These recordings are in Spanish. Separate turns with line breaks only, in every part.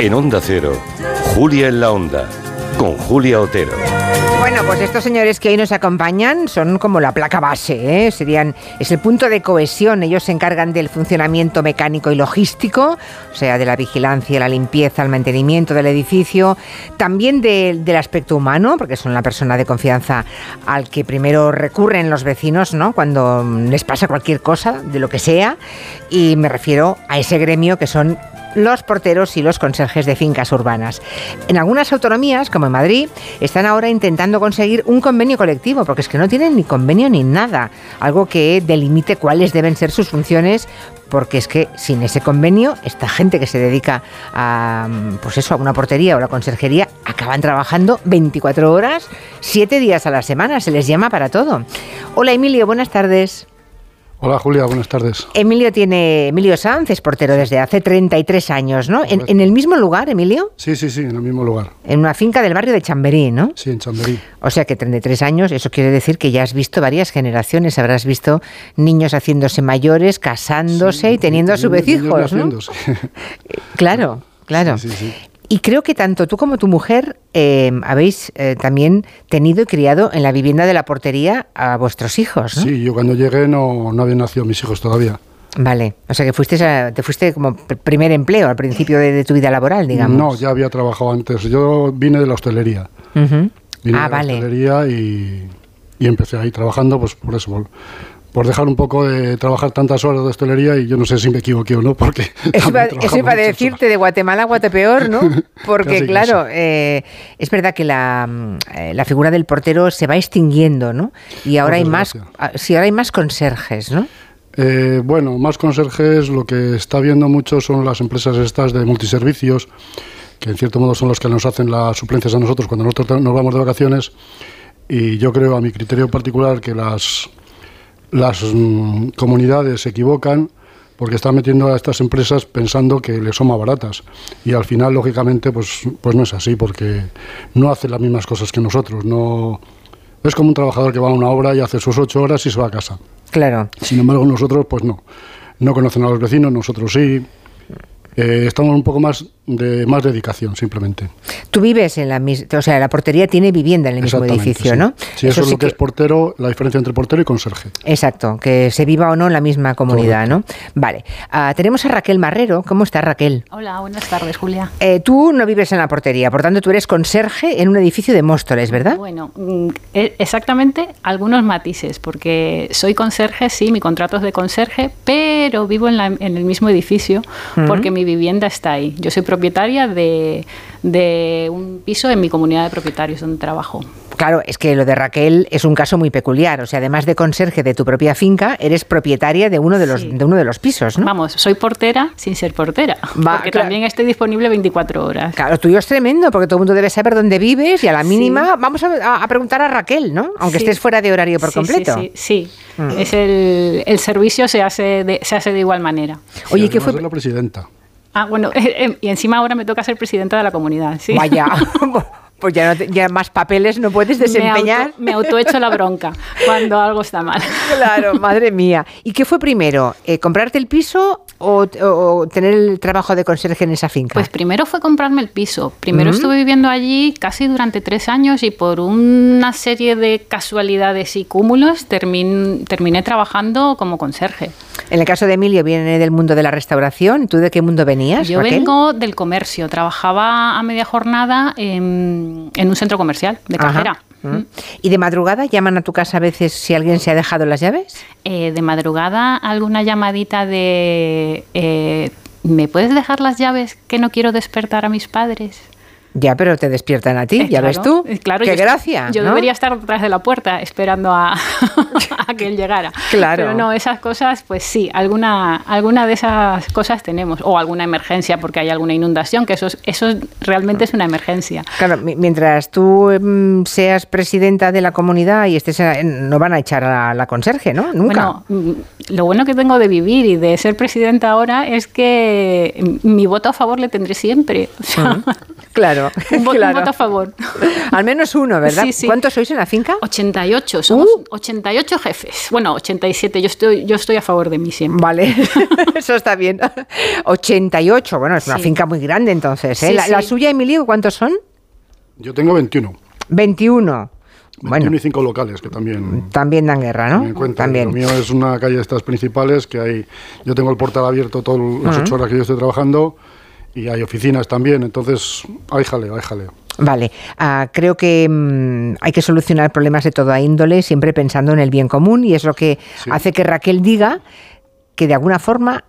En Onda Cero, Julia en la Onda, con Julia Otero.
Bueno, pues estos señores que hoy nos acompañan son como la placa base, ¿eh? serían es el punto de cohesión. Ellos se encargan del funcionamiento mecánico y logístico, o sea, de la vigilancia, la limpieza, el mantenimiento del edificio, también de- del aspecto humano, porque son la persona de confianza al que primero recurren los vecinos, ¿no? Cuando mm, les pasa cualquier cosa, de lo que sea, y me refiero a ese gremio que son los porteros y los conserjes de fincas urbanas. En algunas autonomías, como en Madrid, están ahora intentando conseguir un convenio colectivo, porque es que no tienen ni convenio ni nada, algo que delimite cuáles deben ser sus funciones, porque es que sin ese convenio, esta gente que se dedica a, mm, pues eso, a una portería o la conserjería, acaban trabajando 24 horas, 7 días a la semana, se les llama para todo. Hola Emilio, buenas tardes.
Hola Julia, buenas tardes.
Emilio tiene Emilio Sanz es portero desde hace 33 años, ¿no? En, en el mismo lugar, Emilio,
Sí, sí, sí, en el mismo lugar.
en una finca del barrio de Chamberí, ¿no?
Sí, en Chamberí.
O sea que 33 años, eso quiere decir que ya has visto varias generaciones, habrás visto niños haciéndose mayores, casándose y teniendo a sus
Niños- niños
hijos, ¿no?
naciendo, sí.
Claro, claro.
Sí, sí, sí.
Y creo que tanto tú como tu mujer eh, habéis eh, también tenido y criado en la vivienda de la portería a vuestros hijos, ¿no?
Sí, yo cuando llegué no, no habían nacido mis hijos todavía.
Vale, o sea que fuiste a- te fuiste como pr- primer empleo al principio de, de tu vida laboral, digamos.
No, ya había trabajado antes. Yo vine de la hostelería.
Ujú.
Vine
Ah,
de la
vale.
hostelería y, y empecé ahí trabajando, pues por eso, por, por dejar un poco de trabajar tantas horas de hostelería y yo no sé si me equivoqué o no, porque...
Eso
también
iba,
trabajaba
eso iba a
muchas
decirte de Guatemala a Guatepeor, ¿no? Porque,
Casi,
claro, eh, es verdad que la, mm, eh, la figura del portero se va extinguiendo, ¿no? Y ahora hay
Por
más,
desgracia.
ah, sí, ahora hay más conserjes, ¿no?
Eh, bueno, más conserjes, lo que está viendo mucho son las empresas estas de multiservicios, que en cierto modo son los que nos hacen las suplencias a nosotros cuando nosotros ta- nos vamos de vacaciones. Y yo creo, a mi criterio particular, que las, las mm, comunidades se equivocan porque están metiendo a estas empresas pensando que les son más baratas. Y al final, lógicamente, pues, pues no es así, porque no hacen las mismas cosas que nosotros. No... Es como un trabajador que va a una obra y hace sus ocho horas y se va a casa.
Claro.
Sin embargo, nosotros, pues no. No conocen a los vecinos, nosotros sí. Eh, estamos un poco más de más dedicación, simplemente.
Tú vives en la misma, o sea, la portería tiene vivienda en el mismo
Exactamente,
edificio,
sí.
¿no?
Sí, eso, es
sí
lo que, es portero, la diferencia entre portero y conserje.
Exacto, que se viva o no en la misma comunidad, ¿no? Vale. Ah, tenemos a Raquel Marrero. ¿Cómo está Raquel?
Hola, buenas tardes, Julia.
Eh, tú no vives en la portería, por tanto tú eres conserje en un edificio de Móstoles, ¿verdad?
Bueno, mm, e- exactamente algunos matices, porque soy conserje, sí, mi contrato es de conserje, pero vivo en, la- en el mismo edificio porque mi vivienda está ahí. Yo soy propietaria de, de un piso en mi comunidad de propietarios donde trabajo.
Claro, es que lo de Raquel es un caso muy peculiar. O sea, además de conserje de tu propia finca, eres propietaria de uno de los,
Sí.
de uno de los pisos, ¿no?
Vamos, soy portera sin ser portera,
Ah. Va,
porque
claro.
también estoy disponible 24 horas.
Claro, tuyo es tremendo, porque todo el mundo debe saber dónde vives y a la mínima vamos a, a preguntar a Raquel, ¿no? Aunque
Sí.
estés fuera de horario por
Sí, sí,
completo. Mm.
Sí, sí, Es el, el servicio se hace, de, se hace de igual manera.
Oye,
Y
¿qué
además
fue?
es la presidenta.
Ah, bueno, y encima ahora me toca ser presidenta de la comunidad. ¿sí?
Vaya, pues ya, no te- ya más papeles no puedes desempeñar.
Me auto, me autoecho la bronca cuando algo está mal.
Claro, madre mía. ¿Y qué fue primero? eh, ¿Comprarte el piso o, o- o tener el trabajo de conserje en esa finca?
Pues primero fue comprarme el piso. Primero
Mm.
estuve viviendo allí casi durante tres años y por una serie de casualidades y cúmulos termin- terminé trabajando como conserje.
en el caso de Emilio viene del mundo de la restauración. ¿Tú de qué mundo venías?
Yo
Raquel?
vengo del comercio. Trabajaba a media jornada en, en un centro comercial de
Ajá.
cajera.
Mm. ¿Y de madrugada llaman a tu casa a veces si alguien se ha dejado las llaves?
Eh, de madrugada alguna llamadita de... eh, ¿Me puedes dejar las llaves que no quiero despertar a mis padres?
Ya, pero te despiertan a ti,
Eh,
ya
claro,
ves tú.
eh, Claro,
Qué
yo-
gracia.
Yo
¿no?
debería estar detrás de la puerta esperando a, a que él llegara.
Claro.
Pero no, esas cosas, pues sí, alguna, alguna de esas cosas tenemos. O alguna emergencia porque hay alguna inundación, que eso, es- eso es- realmente es una emergencia.
Claro, mi- mientras tú em, seas presidenta de la comunidad y estés, en- en- no van a echar a la conserje, ¿no? Nunca.
Bueno, mm, lo bueno que tengo de vivir y de ser presidenta ahora es que mm, mi voto a favor le tendré siempre. O sea,
Claro.
Un, voto- un
claro.
voto a favor.
Al menos uno, ¿verdad?
Sí, sí.
¿Cuántos sois en la finca?
88, somos 88 jefes. Bueno, 87, yo estoy, yo estoy a favor de mí siempre.
Vale, eso está bien. 88, bueno, es una
Sí.
finca muy grande entonces. ¿eh?
Sí,
la, la
sí.
suya, Emilio, ¿cuántos son?
Yo tengo 21.
21. Bueno,
21 y 5 locales que también
también dan guerra,
me
¿no?
cuentan. Lo
También.
mío es una calle de estas principales que hay. Yo tengo el portal abierto todas las 8 horas que yo estoy trabajando y hay oficinas también. Entonces, hay jaleo, hay jaleo.
Vale, Ah, creo que mm, hay que solucionar problemas de toda índole siempre pensando en el bien común y es lo que
Sí.
hace que Raquel diga que de alguna forma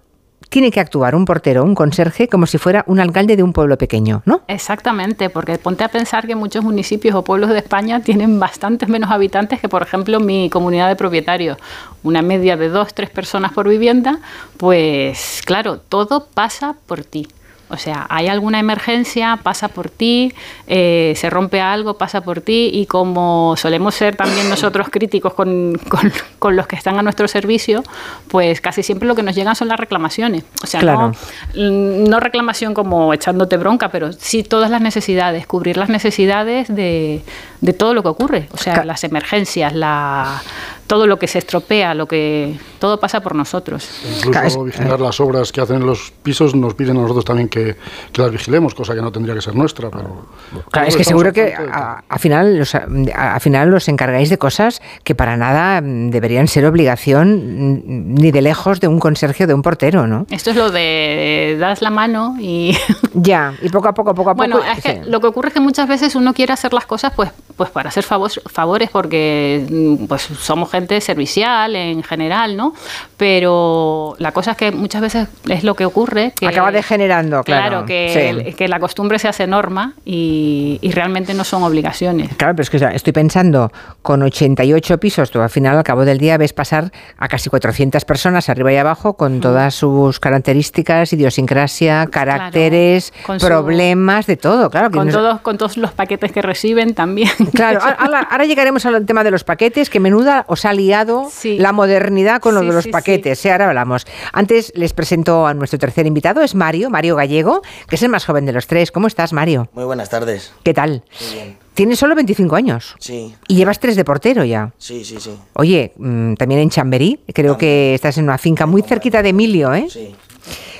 tiene que actuar un portero, un conserje, como si fuera un alcalde de un pueblo pequeño, ¿no?
Exactamente, porque ponte a pensar que muchos municipios o pueblos de España tienen bastantes menos habitantes que, por ejemplo, mi comunidad de propietarios. Una media de dos, tres personas por vivienda, pues claro, todo pasa por ti. O sea, hay alguna emergencia, pasa por ti, eh, se rompe algo, pasa por ti y como solemos ser también nosotros críticos con, con- con los que están a nuestro servicio, pues casi siempre lo que nos llegan son las reclamaciones. O sea,
Claro.
no, Mm, no reclamación como echándote bronca, pero sí todas las necesidades, cubrir las necesidades de, de todo lo que ocurre, o sea,
Ca-
las emergencias, la, todo lo que se estropea, lo que todo pasa por nosotros.
Incluso
Claro, es- eh,
vigilar las obras que hacen en los pisos nos piden a nosotros también que, que las vigilemos, cosa que no tendría que ser nuestra. Pero
Pues
Claro, es
Nosotros
que seguro
estamos al
que
tanto de todo.
a- al final, los, a- a- al final los encargáis de cosas que para nada mm, deberían ser obligación mm, ni de lejos de un conserje o de un portero, ¿no?
Esto es lo de das la mano y
Ya, y poco a poco, poco a poco.
Bueno, es que
sí.
lo que ocurre es que muchas veces uno quiere hacer las cosas pues, pues para hacer favos- favores porque mm, pues somos gente servicial en general, ¿no? Pero la cosa es que muchas veces es lo que ocurre que
Acaba degenerando, claro,
que,
sí.
que la costumbre se hace norma y, y realmente no son obligaciones.
Claro, pero es que o sea, estoy pensando, con 88 pisos, tú al final, al cabo del día, ves pasar a casi 400 personas arriba y abajo con todas sus características, idiosincrasia, caracteres,
con su-
problemas, de todo, claro. que
Con
no es-
todos, con todos los paquetes que reciben también.
Claro, ah, a- ahora, ahora llegaremos al tema de los paquetes, que menuda os ha liado
Sí.
la modernidad con lo
Sí,
de los
sí,
paquetes, ¿eh? ahora hablamos. Antes les presento a nuestro tercer invitado, es Mario, Mario Gallego, que es el más joven de los tres. ¿Cómo estás, Mario?
Muy buenas tardes.
¿Qué tal?
Muy bien.
Tienes solo 25 años
Sí,
y llevas tres de portero ya.
sí, sí, sí.
Oye, mm, también en Chamberí, creo que estás en una finca muy cerquita de Emilio, ¿eh?
Sí.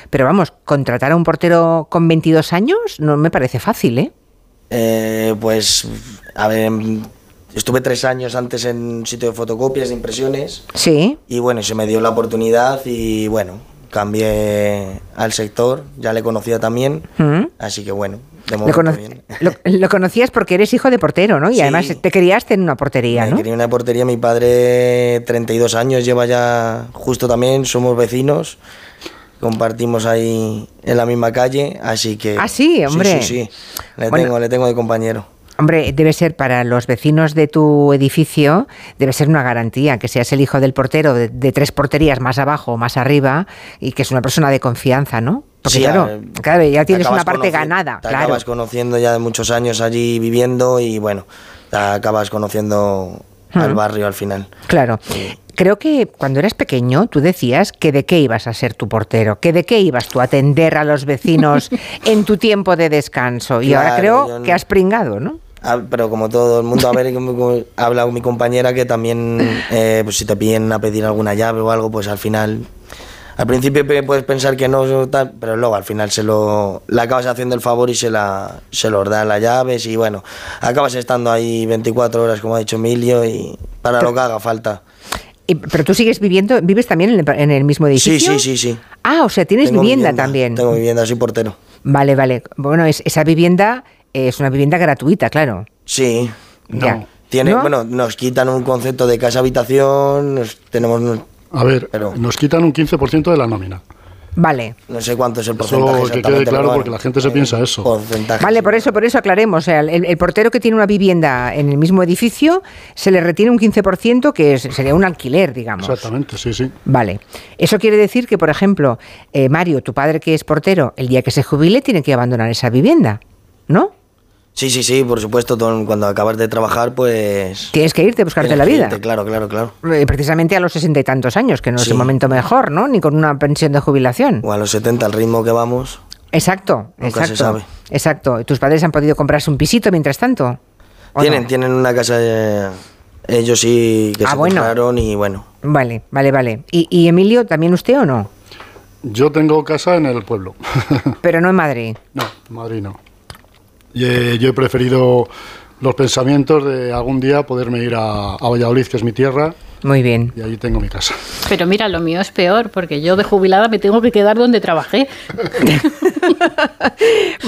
Pero vamos, contratar a un portero con 22 años no me parece fácil, ¿eh?
Eh, pues, a ver, em, estuve tres años antes en un sitio de fotocopias, de impresiones,
Sí.
y bueno, se me dio la oportunidad y bueno, cambié al sector, ya le conocía también,
¿Mm?
así que bueno, de
Lo,
momento
cono-
bien.
lo- lo conocías porque eres hijo de portero, ¿no? Y
Sí.
además te criaste en una portería,
Me
¿no?
crié en Eh, una portería, mi padre 32 años, lleva ya justo también, somos vecinos, compartimos ahí en la misma calle, así que...
Ah, sí, hombre.
Sí, sí, sí. Le,
Bueno.
tengo, le tengo de compañero.
Hombre, debe ser para los vecinos de tu edificio, debe ser una garantía que seas el hijo del portero de, de tres porterías más abajo o más arriba y que es una persona de confianza, ¿no? Porque
Sí,
claro,
a-
claro, ya
te
tienes
acabas
una parte
conoci-
ganada,
Te
claro.
acabas conociendo ya de muchos años allí viviendo y bueno, te acabas conociendo al
Hmm.
barrio al final.
Claro. Creo que cuando eras pequeño tú decías que de qué ibas a ser tu portero, que de qué ibas tú a atender a los vecinos en tu tiempo de descanso. Y ahora
Claro,
creo
yo
que
no-
has pringado, ¿no?
Ah, pero como todo el mundo, a ver, como- como ha hablado mi compañera que también, eh, pues si te piden a pedir alguna llave o algo, pues al final, al principio pe- puedes pensar que no, tal, pero luego al final se lo, le acabas haciendo el favor y se la, se los da las llaves y bueno, acabas estando ahí 24 horas, como ha dicho Emilio, y para lo que haga falta.
Y- pero tú sigues viviendo, vives también en el, en el mismo
Sí,
edificio.
sí, sí, sí.
Ah, o sea, tienes
Tengo
vivienda, también.
Tengo vivienda, soy portero.
Vale, vale. Bueno, es- esa vivienda eh, es una vivienda gratuita, claro.
Sí.
Ya.
Tiene,
¿No?
Bueno, nos quitan un concepto de casa-habitación, nos- tenemos, no,
A ver,
Pero-
nos quitan un 15% de la nómina.
Vale.
no sé cuánto es el
Eso
porcentaje.
que quede
exactamente,
claro,
pero
porque la gente se
eh,
piensa eso.
porcentaje,
Vale,
sí.
por eso, por eso aclaremos. O sea, el, el portero que tiene una vivienda en el mismo edificio se le retiene un 15% que es- sería un alquiler, digamos.
Exactamente, sí, sí.
Vale. Eso quiere decir que, por ejemplo, eh, Mario, tu padre que es portero, el día que se jubile tiene que abandonar esa vivienda, ¿no?
Sí, sí, sí, por supuesto, todo- cuando acabas de trabajar, pues...
Tienes que irte a buscarte
tienes
la
que
vida.
irte, Claro, claro, claro.
Eh, Precisamente a los sesenta y tantos años, que no es
Sí.
el momento mejor, ¿no? Ni con una pensión de jubilación.
O a los 70, al ritmo que vamos.
Exacto,
Nunca
exacto.
se sabe.
Exacto. ¿Tus padres han podido comprarse un pisito mientras tanto? ¿O
Tienen,
no?
tienen una casa eh, ellos sí que
Ah,
se
bueno.
compraron y bueno.
Vale, vale, vale. ¿Y, y Emilio, también usted o no?
Yo tengo casa en el pueblo.
Pero no en Madrid.
No, Madrid no. Y, eh, yo he preferido los pensamientos de algún día poderme ir a, a Valladolid, que es mi tierra,
Muy bien.
y allí tengo mi casa.
Pero mira, lo mío es peor, porque yo de jubilada me tengo que quedar donde trabajé.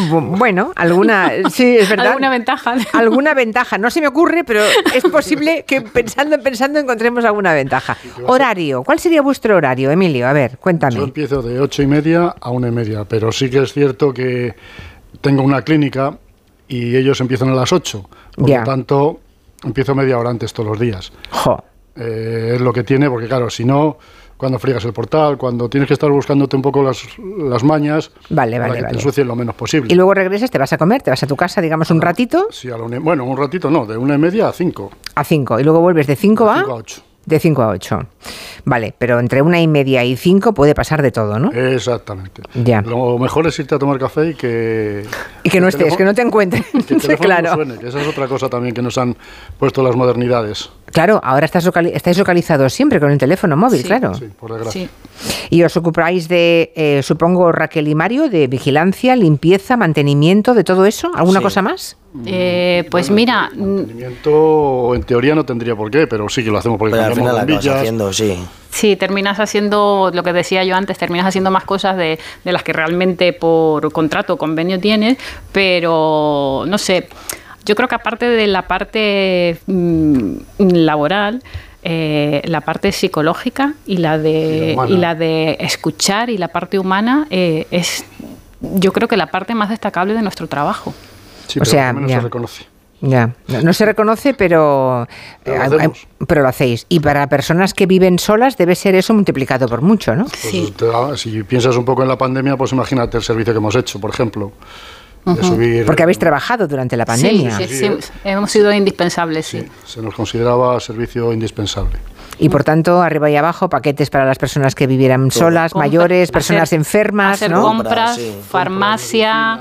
Bu- Bueno, alguna. Sí, es verdad.
Alguna ventaja.
Alguna ventaja. No se me ocurre, pero es posible que pensando, pensando encontremos alguna ventaja. Horario. ¿Cuál sería vuestro horario, Emilio? A ver,
Yo
cuéntame.
empiezo de ocho y media a una y media, pero sí que es cierto que tengo una clínica y ellos empiezan a las 8. Por
Ya.
lo tanto, empiezo media hora antes todos los días.
Jo.
Eh, es lo que tiene, porque claro, si no, cuando friegas el portal, cuando tienes que estar buscándote un poco las, las mañas,
Vale,
para
vale,
que
vale.
te ensucien lo menos posible.
Y luego regresas, te vas a comer, te vas a tu casa, digamos, un ratito
Sí, a la una y- bueno, un ratito no, de una y media a cinco.
a 5. Y luego vuelves de 5
de
a.
cinco a ocho.
De 5 a 8. Vale, pero entre una y media y 5 puede pasar de todo,
Eh,
¿no?
Exactamente.
Ya.
Lo mejor es irte a tomar café y que...
y que no estés, que no te encuentres.
que el teléfono no
claro.
suene, que esa es otra cosa también que nos han puesto las modernidades.
Claro, ahora estás locali- estáis localizados siempre con el teléfono móvil,
Sí.
claro.
Sí, por desgracia.
Sí.
Y os ocupáis de, eh, supongo, Raquel y Mario, de vigilancia, limpieza, mantenimiento, de todo eso. ¿Alguna
Sí.
cosa más?
Eh, pues mira, mm,
Mantenimiento, en teoría no tendría por qué, pero sí que lo hacemos porque
Pero al
cambiamos
final la acabas
Pues bombillas.
haciendo, sí.
sí, terminas haciendo lo que decía yo antes, terminas haciendo más cosas de, de las que realmente por contrato o convenio tienes, pero no sé, yo creo que aparte de la parte mm, laboral, eh, la parte psicológica y
Y la
la de
humana.
y la de escuchar y la parte humana eh, es yo creo que la parte más destacable de nuestro trabajo.
Sí,
O
pero
sea,
al menos
ya.
se reconoce.
Ya, no, no se reconoce, pero,
Pero lo
eh,
hacemos.
pero lo hacéis. Y para personas que viven solas debe ser eso multiplicado por mucho, ¿no?
Pues te da- si piensas un poco en la pandemia, pues imagínate el servicio que hemos hecho, por ejemplo. De subir,
Porque habéis trabajado durante la pandemia.
Sí, sí, sí, hemos sido indispensables, sí.
Sí, se nos consideraba servicio indispensable.
Y por tanto, arriba y abajo, paquetes para las personas que vivieran solas,
Compra-
mayores, personas
hacer-
enfermas,
hacer
¿no?
compras,
Compras, sí.
farmacia,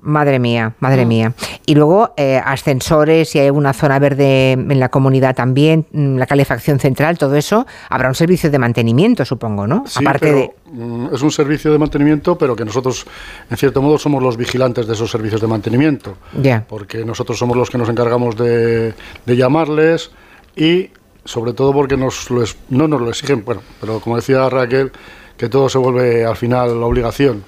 Madre mía, madre
Mm.
mía. Y luego eh, ascensores, si hay alguna zona verde en la comunidad también, mm, la calefacción central, todo eso, habrá un servicio de mantenimiento, supongo, ¿no?
Sí, pero, mm, Es un servicio de mantenimiento, pero que nosotros, en cierto modo, somos los vigilantes de esos servicios de mantenimiento.
Ya.
Porque nosotros somos los que nos encargamos de, de llamarles y, sobre todo, porque nos lo es- no nos lo exigen. Bueno, pero como decía Raquel, que todo se vuelve al final obligación.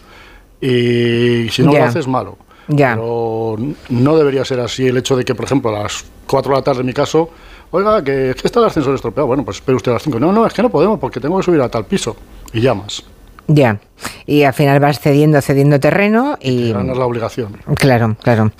Y si no
Ya.
lo haces, malo.
Ya.
Pero n- no debería ser así el hecho de que, por ejemplo, a las 4 de la tarde en mi caso, oiga, que, que está el ascensor estropeado. Bueno, pues espere usted a las 5. No, no, es que no podemos porque tengo que subir a tal piso. Y llamas.
Ya. Y al final vas cediendo, cediendo terreno y...
Ganas la obligación.
Claro, claro.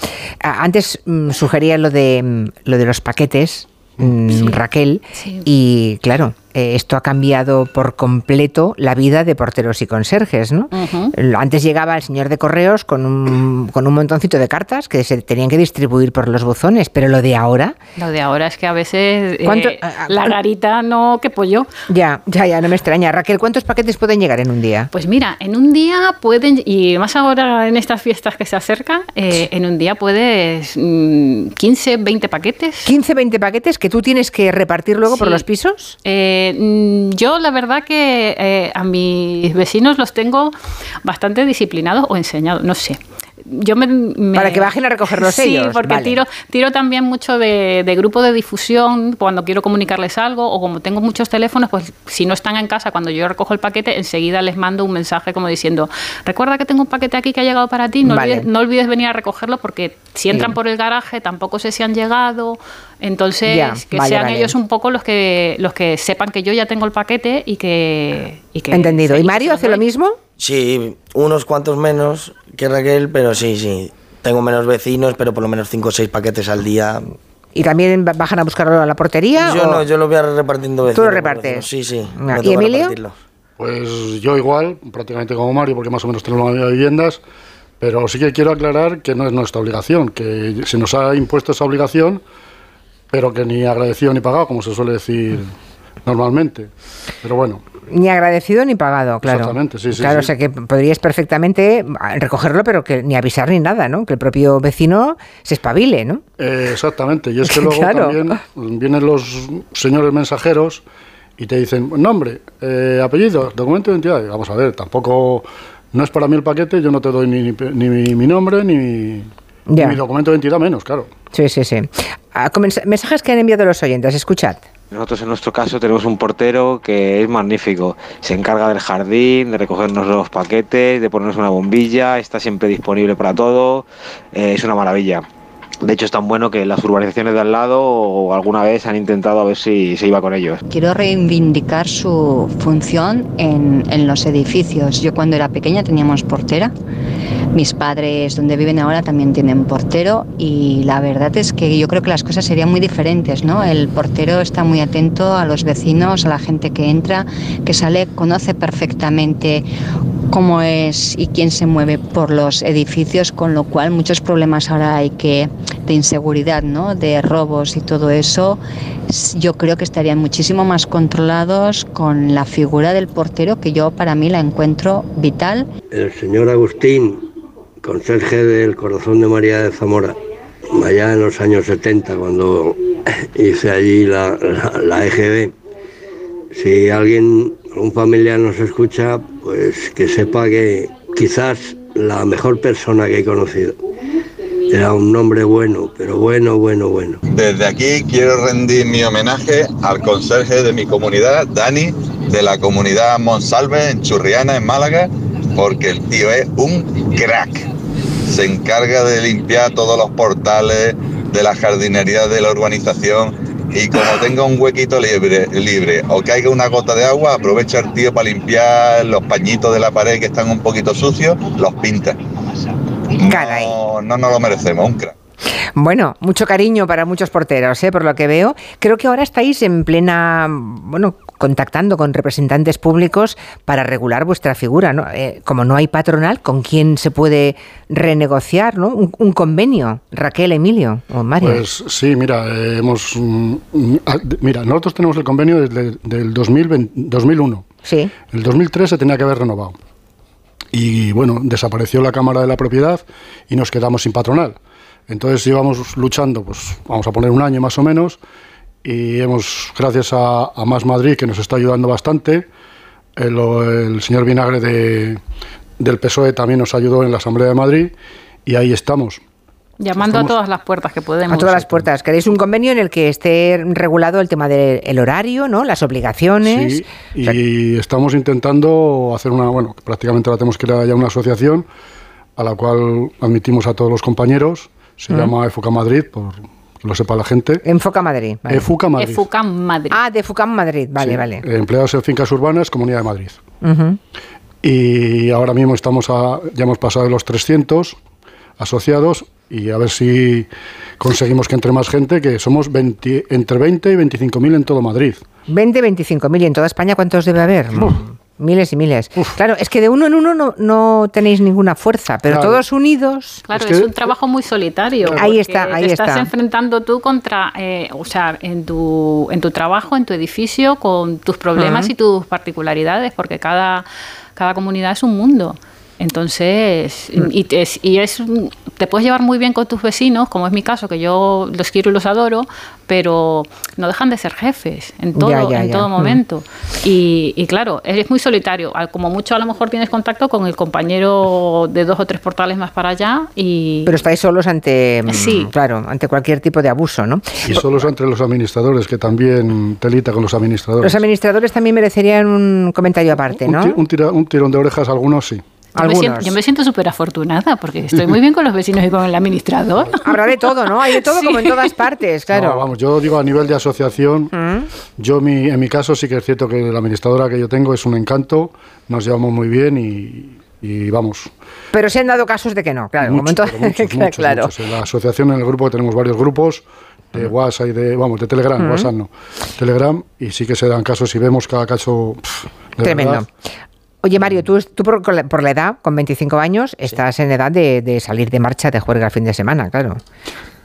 A- Antes mm, sugería lo de mm, lo de los paquetes, mm, Raquel,
Sí.
y claro, eh, esto ha cambiado por completo la vida de porteros y conserjes, ¿no?
Ujú.
Lo- Antes llegaba el señor de correos con un, con un montoncito de cartas que se tenían que distribuir por los buzones, pero lo de ahora,
Lo de ahora es que a veces eh,
¿Cuánto- a- a-
la garita no que pollo.
ya, ya, ya, no me extraña. Raquel, ¿cuántos paquetes pueden llegar en un día?
Pues mira, en un día pueden, y más ahora en estas fiestas que se acercan, eh, en un día puedes mm, 15, 20 paquetes.
15, 20 paquetes que tú tienes que repartir luego por
Sí.
los pisos.
Eh, mm, yo la verdad que eh, a mis vecinos los tengo bastante disciplinados o enseñados, no sé. Yo me, me-
Para que bajen a recogerlos
sí,
ellos,
porque
vale.
tiro, tiro también mucho de, de grupo de difusión cuando quiero comunicarles algo o como tengo muchos teléfonos, pues si no están en casa cuando yo recojo el paquete, enseguida les mando un mensaje como diciendo, recuerda que tengo un paquete aquí que ha llegado para ti, no,
Vale.
olvides, no olvides venir a recogerlo porque si entran por el garaje tampoco sé si han llegado, entonces
Ya,
que
vale,
sean
vale.
ellos un poco los que los que sepan que yo ya tengo el paquete y que, y que
Entendido. ¿Y Mario hace lo
doy.
mismo?
Sí, unos cuantos menos que Raquel, pero sí, sí. Tengo menos vecinos, pero por lo menos 5 o 6 paquetes al día.
¿Y también ba- bajan a buscarlo a la portería?
Yo
o-
no, yo lo voy a repartiendo vecinos.
¿Tú lo
por
repartes?
vecinos. Sí, sí.
Ah,
me
¿y
toca
Emilio?
repartirlo.
Pues yo igual, prácticamente como Mario, porque más o menos tenemos la misma viviendas, pero sí que quiero aclarar que no es nuestra obligación, que se nos ha impuesto esa obligación, pero que ni agradecido ni pagado, como se suele decir normalmente. Pero bueno,
Ni agradecido ni pagado, claro.
Exactamente, sí, sí,
Claro,
sí.
o sea que podrías perfectamente ah, recogerlo, pero que ni avisar ni nada, ¿no? Que el propio vecino se espabile, ¿no?
Eh, exactamente, y es que luego
Claro.
también vienen los señores mensajeros y te dicen nombre, eh, apellido, documento de identidad. Y vamos a ver, tampoco no es para mí el paquete, yo no te doy ni, ni pe- ni mi- mi nombre ni, mi- ni
Ya.
mi documento de identidad menos, claro.
Sí, sí, sí. Ah, comenz- Mensajes que han enviado los oyentes, escuchad.
Nosotros en nuestro caso tenemos un portero que es magnífico. Se encarga del jardín, de recogernos los paquetes, de ponernos una bombilla, está siempre disponible para todo. Eh, es una maravilla. De hecho es tan bueno que las urbanizaciones de al lado o alguna vez han intentado a ver si se iba con ellos.
Quiero reivindicar su función en, en los edificios. Yo cuando era pequeña teníamos portera. Mis padres donde viven ahora también tienen portero y la verdad es que yo creo que las cosas serían muy diferentes, ¿no? El portero está muy atento a los vecinos, a la gente que entra, que sale, conoce perfectamente cómo es y quién se mueve por los edificios, con lo cual muchos problemas ahora hay que de inseguridad, ¿no? De robos y todo eso, s- yo creo que estarían muchísimo más controlados con la figura del portero que yo para mí la encuentro vital
El señor Agustín, conserje del Corazón de María de Zamora, allá en los años 70, cuando hice allí la, la- la EGB. Si alguien, un familiar nos escucha, pues que sepa que quizás la mejor persona que he conocido. Era un hombre bueno, pero bueno, bueno, bueno.
Desde aquí quiero rendir mi homenaje al conserje de mi comunidad, Dani, de la comunidad Monsalve, en Churriana, en Málaga, porque el tío es un crack. Se encarga de limpiar todos los portales de la jardinería de la urbanización y como tenga un huequito libre, libre o caiga una gota de agua, aprovecha el tío para limpiar los pañitos de la pared que están un poquito sucios, los pinta.
Caray.
No, no nos lo merecemos, un crack.
Bueno, mucho cariño para muchos porteros, ¿eh? por lo que veo. Creo que ahora estáis en plena, bueno, contactando con representantes públicos para regular vuestra figura, ¿no? Eh, como no hay patronal, ¿con quién se puede renegociar, ¿no? Un, un convenio, Raquel, Emilio o Mario.
Pues sí, mira, eh, hemos mm, mm, ah, de- mira, nosotros tenemos el convenio desde del 2020 2001.
sí.
El 2003 se tenía que haber renovado. Y bueno, desapareció la Cámara de la Propiedad y nos quedamos sin patronal. Entonces llevamos luchando, pues vamos a poner un año más o menos, y hemos, gracias a, a Más Madrid, que nos está ayudando bastante, el, el señor Vinagre de- del PSOE E también nos ayudó en la Asamblea de Madrid, y ahí estamos.
Llamando a todas las puertas que podemos.
A todas las puertas. Queréis un convenio en el que esté regulado el tema del horario, ¿no? Las obligaciones.
Sí, y estamos intentando hacer una, bueno, prácticamente la tenemos que crear ya una asociación a la cual admitimos a todos los compañeros.
Mm.
Se llama EFUCA Madrid, por que lo sepa la gente.
Enfoca Madrid. Eh, vale.
EFUCA Madrid.
EFUCAM Madrid.
Ah, de FUCAM Madrid. Vale,
Sí, Eh,
vale.
Empleados en fincas urbanas, Comunidad de Madrid.
Ujú.
Y ahora mismo estamos a, ya hemos pasado de los 300 asociados y a ver si conseguimos que entre más gente, que somos 20 entre 20 y 25 mil en todo Madrid.
20, 25 mil. ¿Y en toda España cuántos debe haber? Miles y miles. Claro, es que de uno en uno no, no tenéis ninguna fuerza, pero
Claro.
todos unidos.
Claro,
Es
es
que-
un trabajo muy solitario.
Ahí
porque
está, ahí
te estás
está.
enfrentando tú contra, eh, o sea, en tu, en tu trabajo, en tu edificio, con tus problemas
Ajá.
y tus particularidades, porque cada, cada comunidad es un mundo. Entonces,
Mm.
y, te- es- y es, un- te puedes llevar muy bien con tus vecinos, como es mi caso, que yo los quiero y los adoro, pero no dejan de ser jefes en
Ya,
todo,
ya,
en
ya.
todo
Mm.
momento momento. Y, y claro, eres muy solitario. Al- Como mucho a lo mejor tienes contacto con el compañero de dos o tres portales más para allá y
Pero estáis solos ante, mm,
Sí.
claro, ante cualquier tipo de abuso, ¿no?
Y solo es entre los administradores, que también telita con los administradores.
Los administradores también merecerían un comentario aparte,
Un
¿no?
ti- un tira- un tirón de orejas, algunos sí.
yo me siento-
Algunos.
yo me siento súper afortunada porque estoy muy bien con los vecinos y con el administrador.
Habrá de todo, ¿no? Hay de todo
Sí.
como en todas partes, claro. Mm.
No, vamos, yo digo a nivel de asociación, yo mi, en mi caso sí que es cierto que la administradora que yo tengo es un encanto, nos llevamos muy bien y, y vamos.
Pero se han dado casos de que no, claro. como en
muchos,
todas-
pero muchos, muchos,
claro. Mm.
muchos. En la asociación, en el grupo que tenemos varios grupos de WhatsApp y de, vamos, de Telegram, WhatsApp no, Telegram, y sí que se dan casos y vemos cada caso pff, de
Tremendo.
verdad.
Oye, Mario, tú, tú por, por la edad, con 25 años, estás en edad de, de salir de marcha de juerga el fin de semana, claro.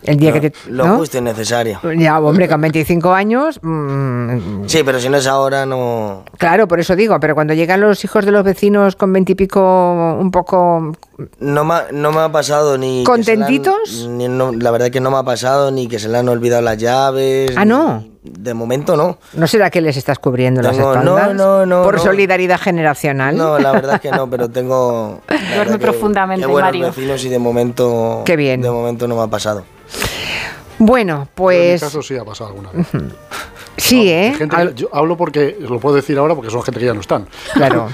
El día
No,
que te.
Lo
¿no?
justo y necesario.
Ya, hombre, con 25 años. mm,
Sí, pero si no es ahora, no.
claro, por eso digo, pero cuando llegan los hijos de los vecinos con 20 y pico, un poco.
No me, ha- no me ha pasado ni. que se la han-
¿Contentitos?
ni- no, la verdad que no me ha pasado ni que se le han olvidado las llaves.
Ah,
ni-
¿no?
De momento no.
¿No será que les estás cubriendo las
Tengo- no,
espaldas?
no, no,
Por
no.
solidaridad generacional.
No, la verdad que no, pero tengo. la verdad
Duerme
que-
profundamente,
qué buenos
Mario.
vecinos y de momento.
Qué bien.
De momento no me ha pasado.
Bueno,
En mi
pues.
caso sí ha pasado alguna vez.
Sí, ¿eh?
Gente-
Al-
yo hablo porque lo puedo decir ahora porque son gente que ya no están.
Claro.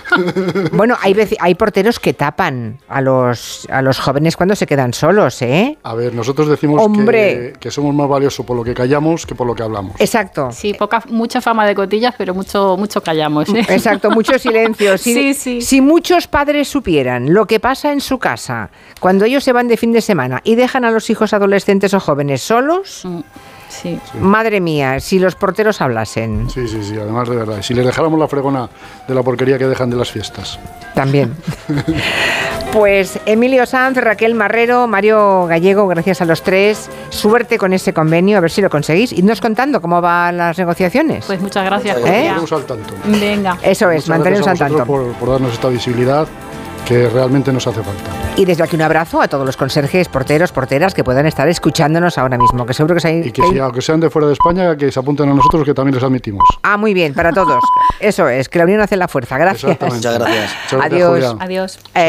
bueno, hay, veci- hay porteros que tapan a los, a los jóvenes cuando se quedan solos, ¿eh?
A ver, nosotros decimos
Hombre.
que, que somos más valiosos por lo que callamos que por lo que hablamos.
Exacto.
Sí, poca, mucha fama de cotillas, pero mucho, mucho callamos. ¿eh?
Exacto, mucho silencio. Si,
Sí, sí.
si muchos padres supieran lo que pasa en su casa cuando ellos se van de fin de semana y dejan a los hijos adolescentes o jóvenes solos,
Mm, Sí.
madre mía, si los porteros hablasen
Sí, sí, sí, además de verdad. Y Si les dejáramos la fregona de la porquería que dejan de las fiestas.
también. Pues Emilio Sanz, Raquel Marrero, Mario Gallego, gracias a los tres. Suerte con ese convenio, a ver si lo conseguís. Idnos contando cómo van las negociaciones.
Pues muchas gracias,
Muchas
¿Eh?
Julia.
Estaremos al tanto.
Venga.
Eso es,
Muchas
manteneros al
gracias a
tanto.
vosotros Por, por darnos esta visibilidad que realmente nos hace falta.
Y desde aquí un abrazo a todos los conserjes, porteros, porteras que puedan estar escuchándonos ahora mismo, que seguro que se
Y que si, aunque sean de fuera de España, que se apunten a nosotros que también les admitimos.
Ah, muy bien, para todos. Eso es, que la unión hace la fuerza. Gracias.
Exactamente.
Muchas gracias.
Muchas gracias,
Adiós.
Julia.
Adiós.
Eh,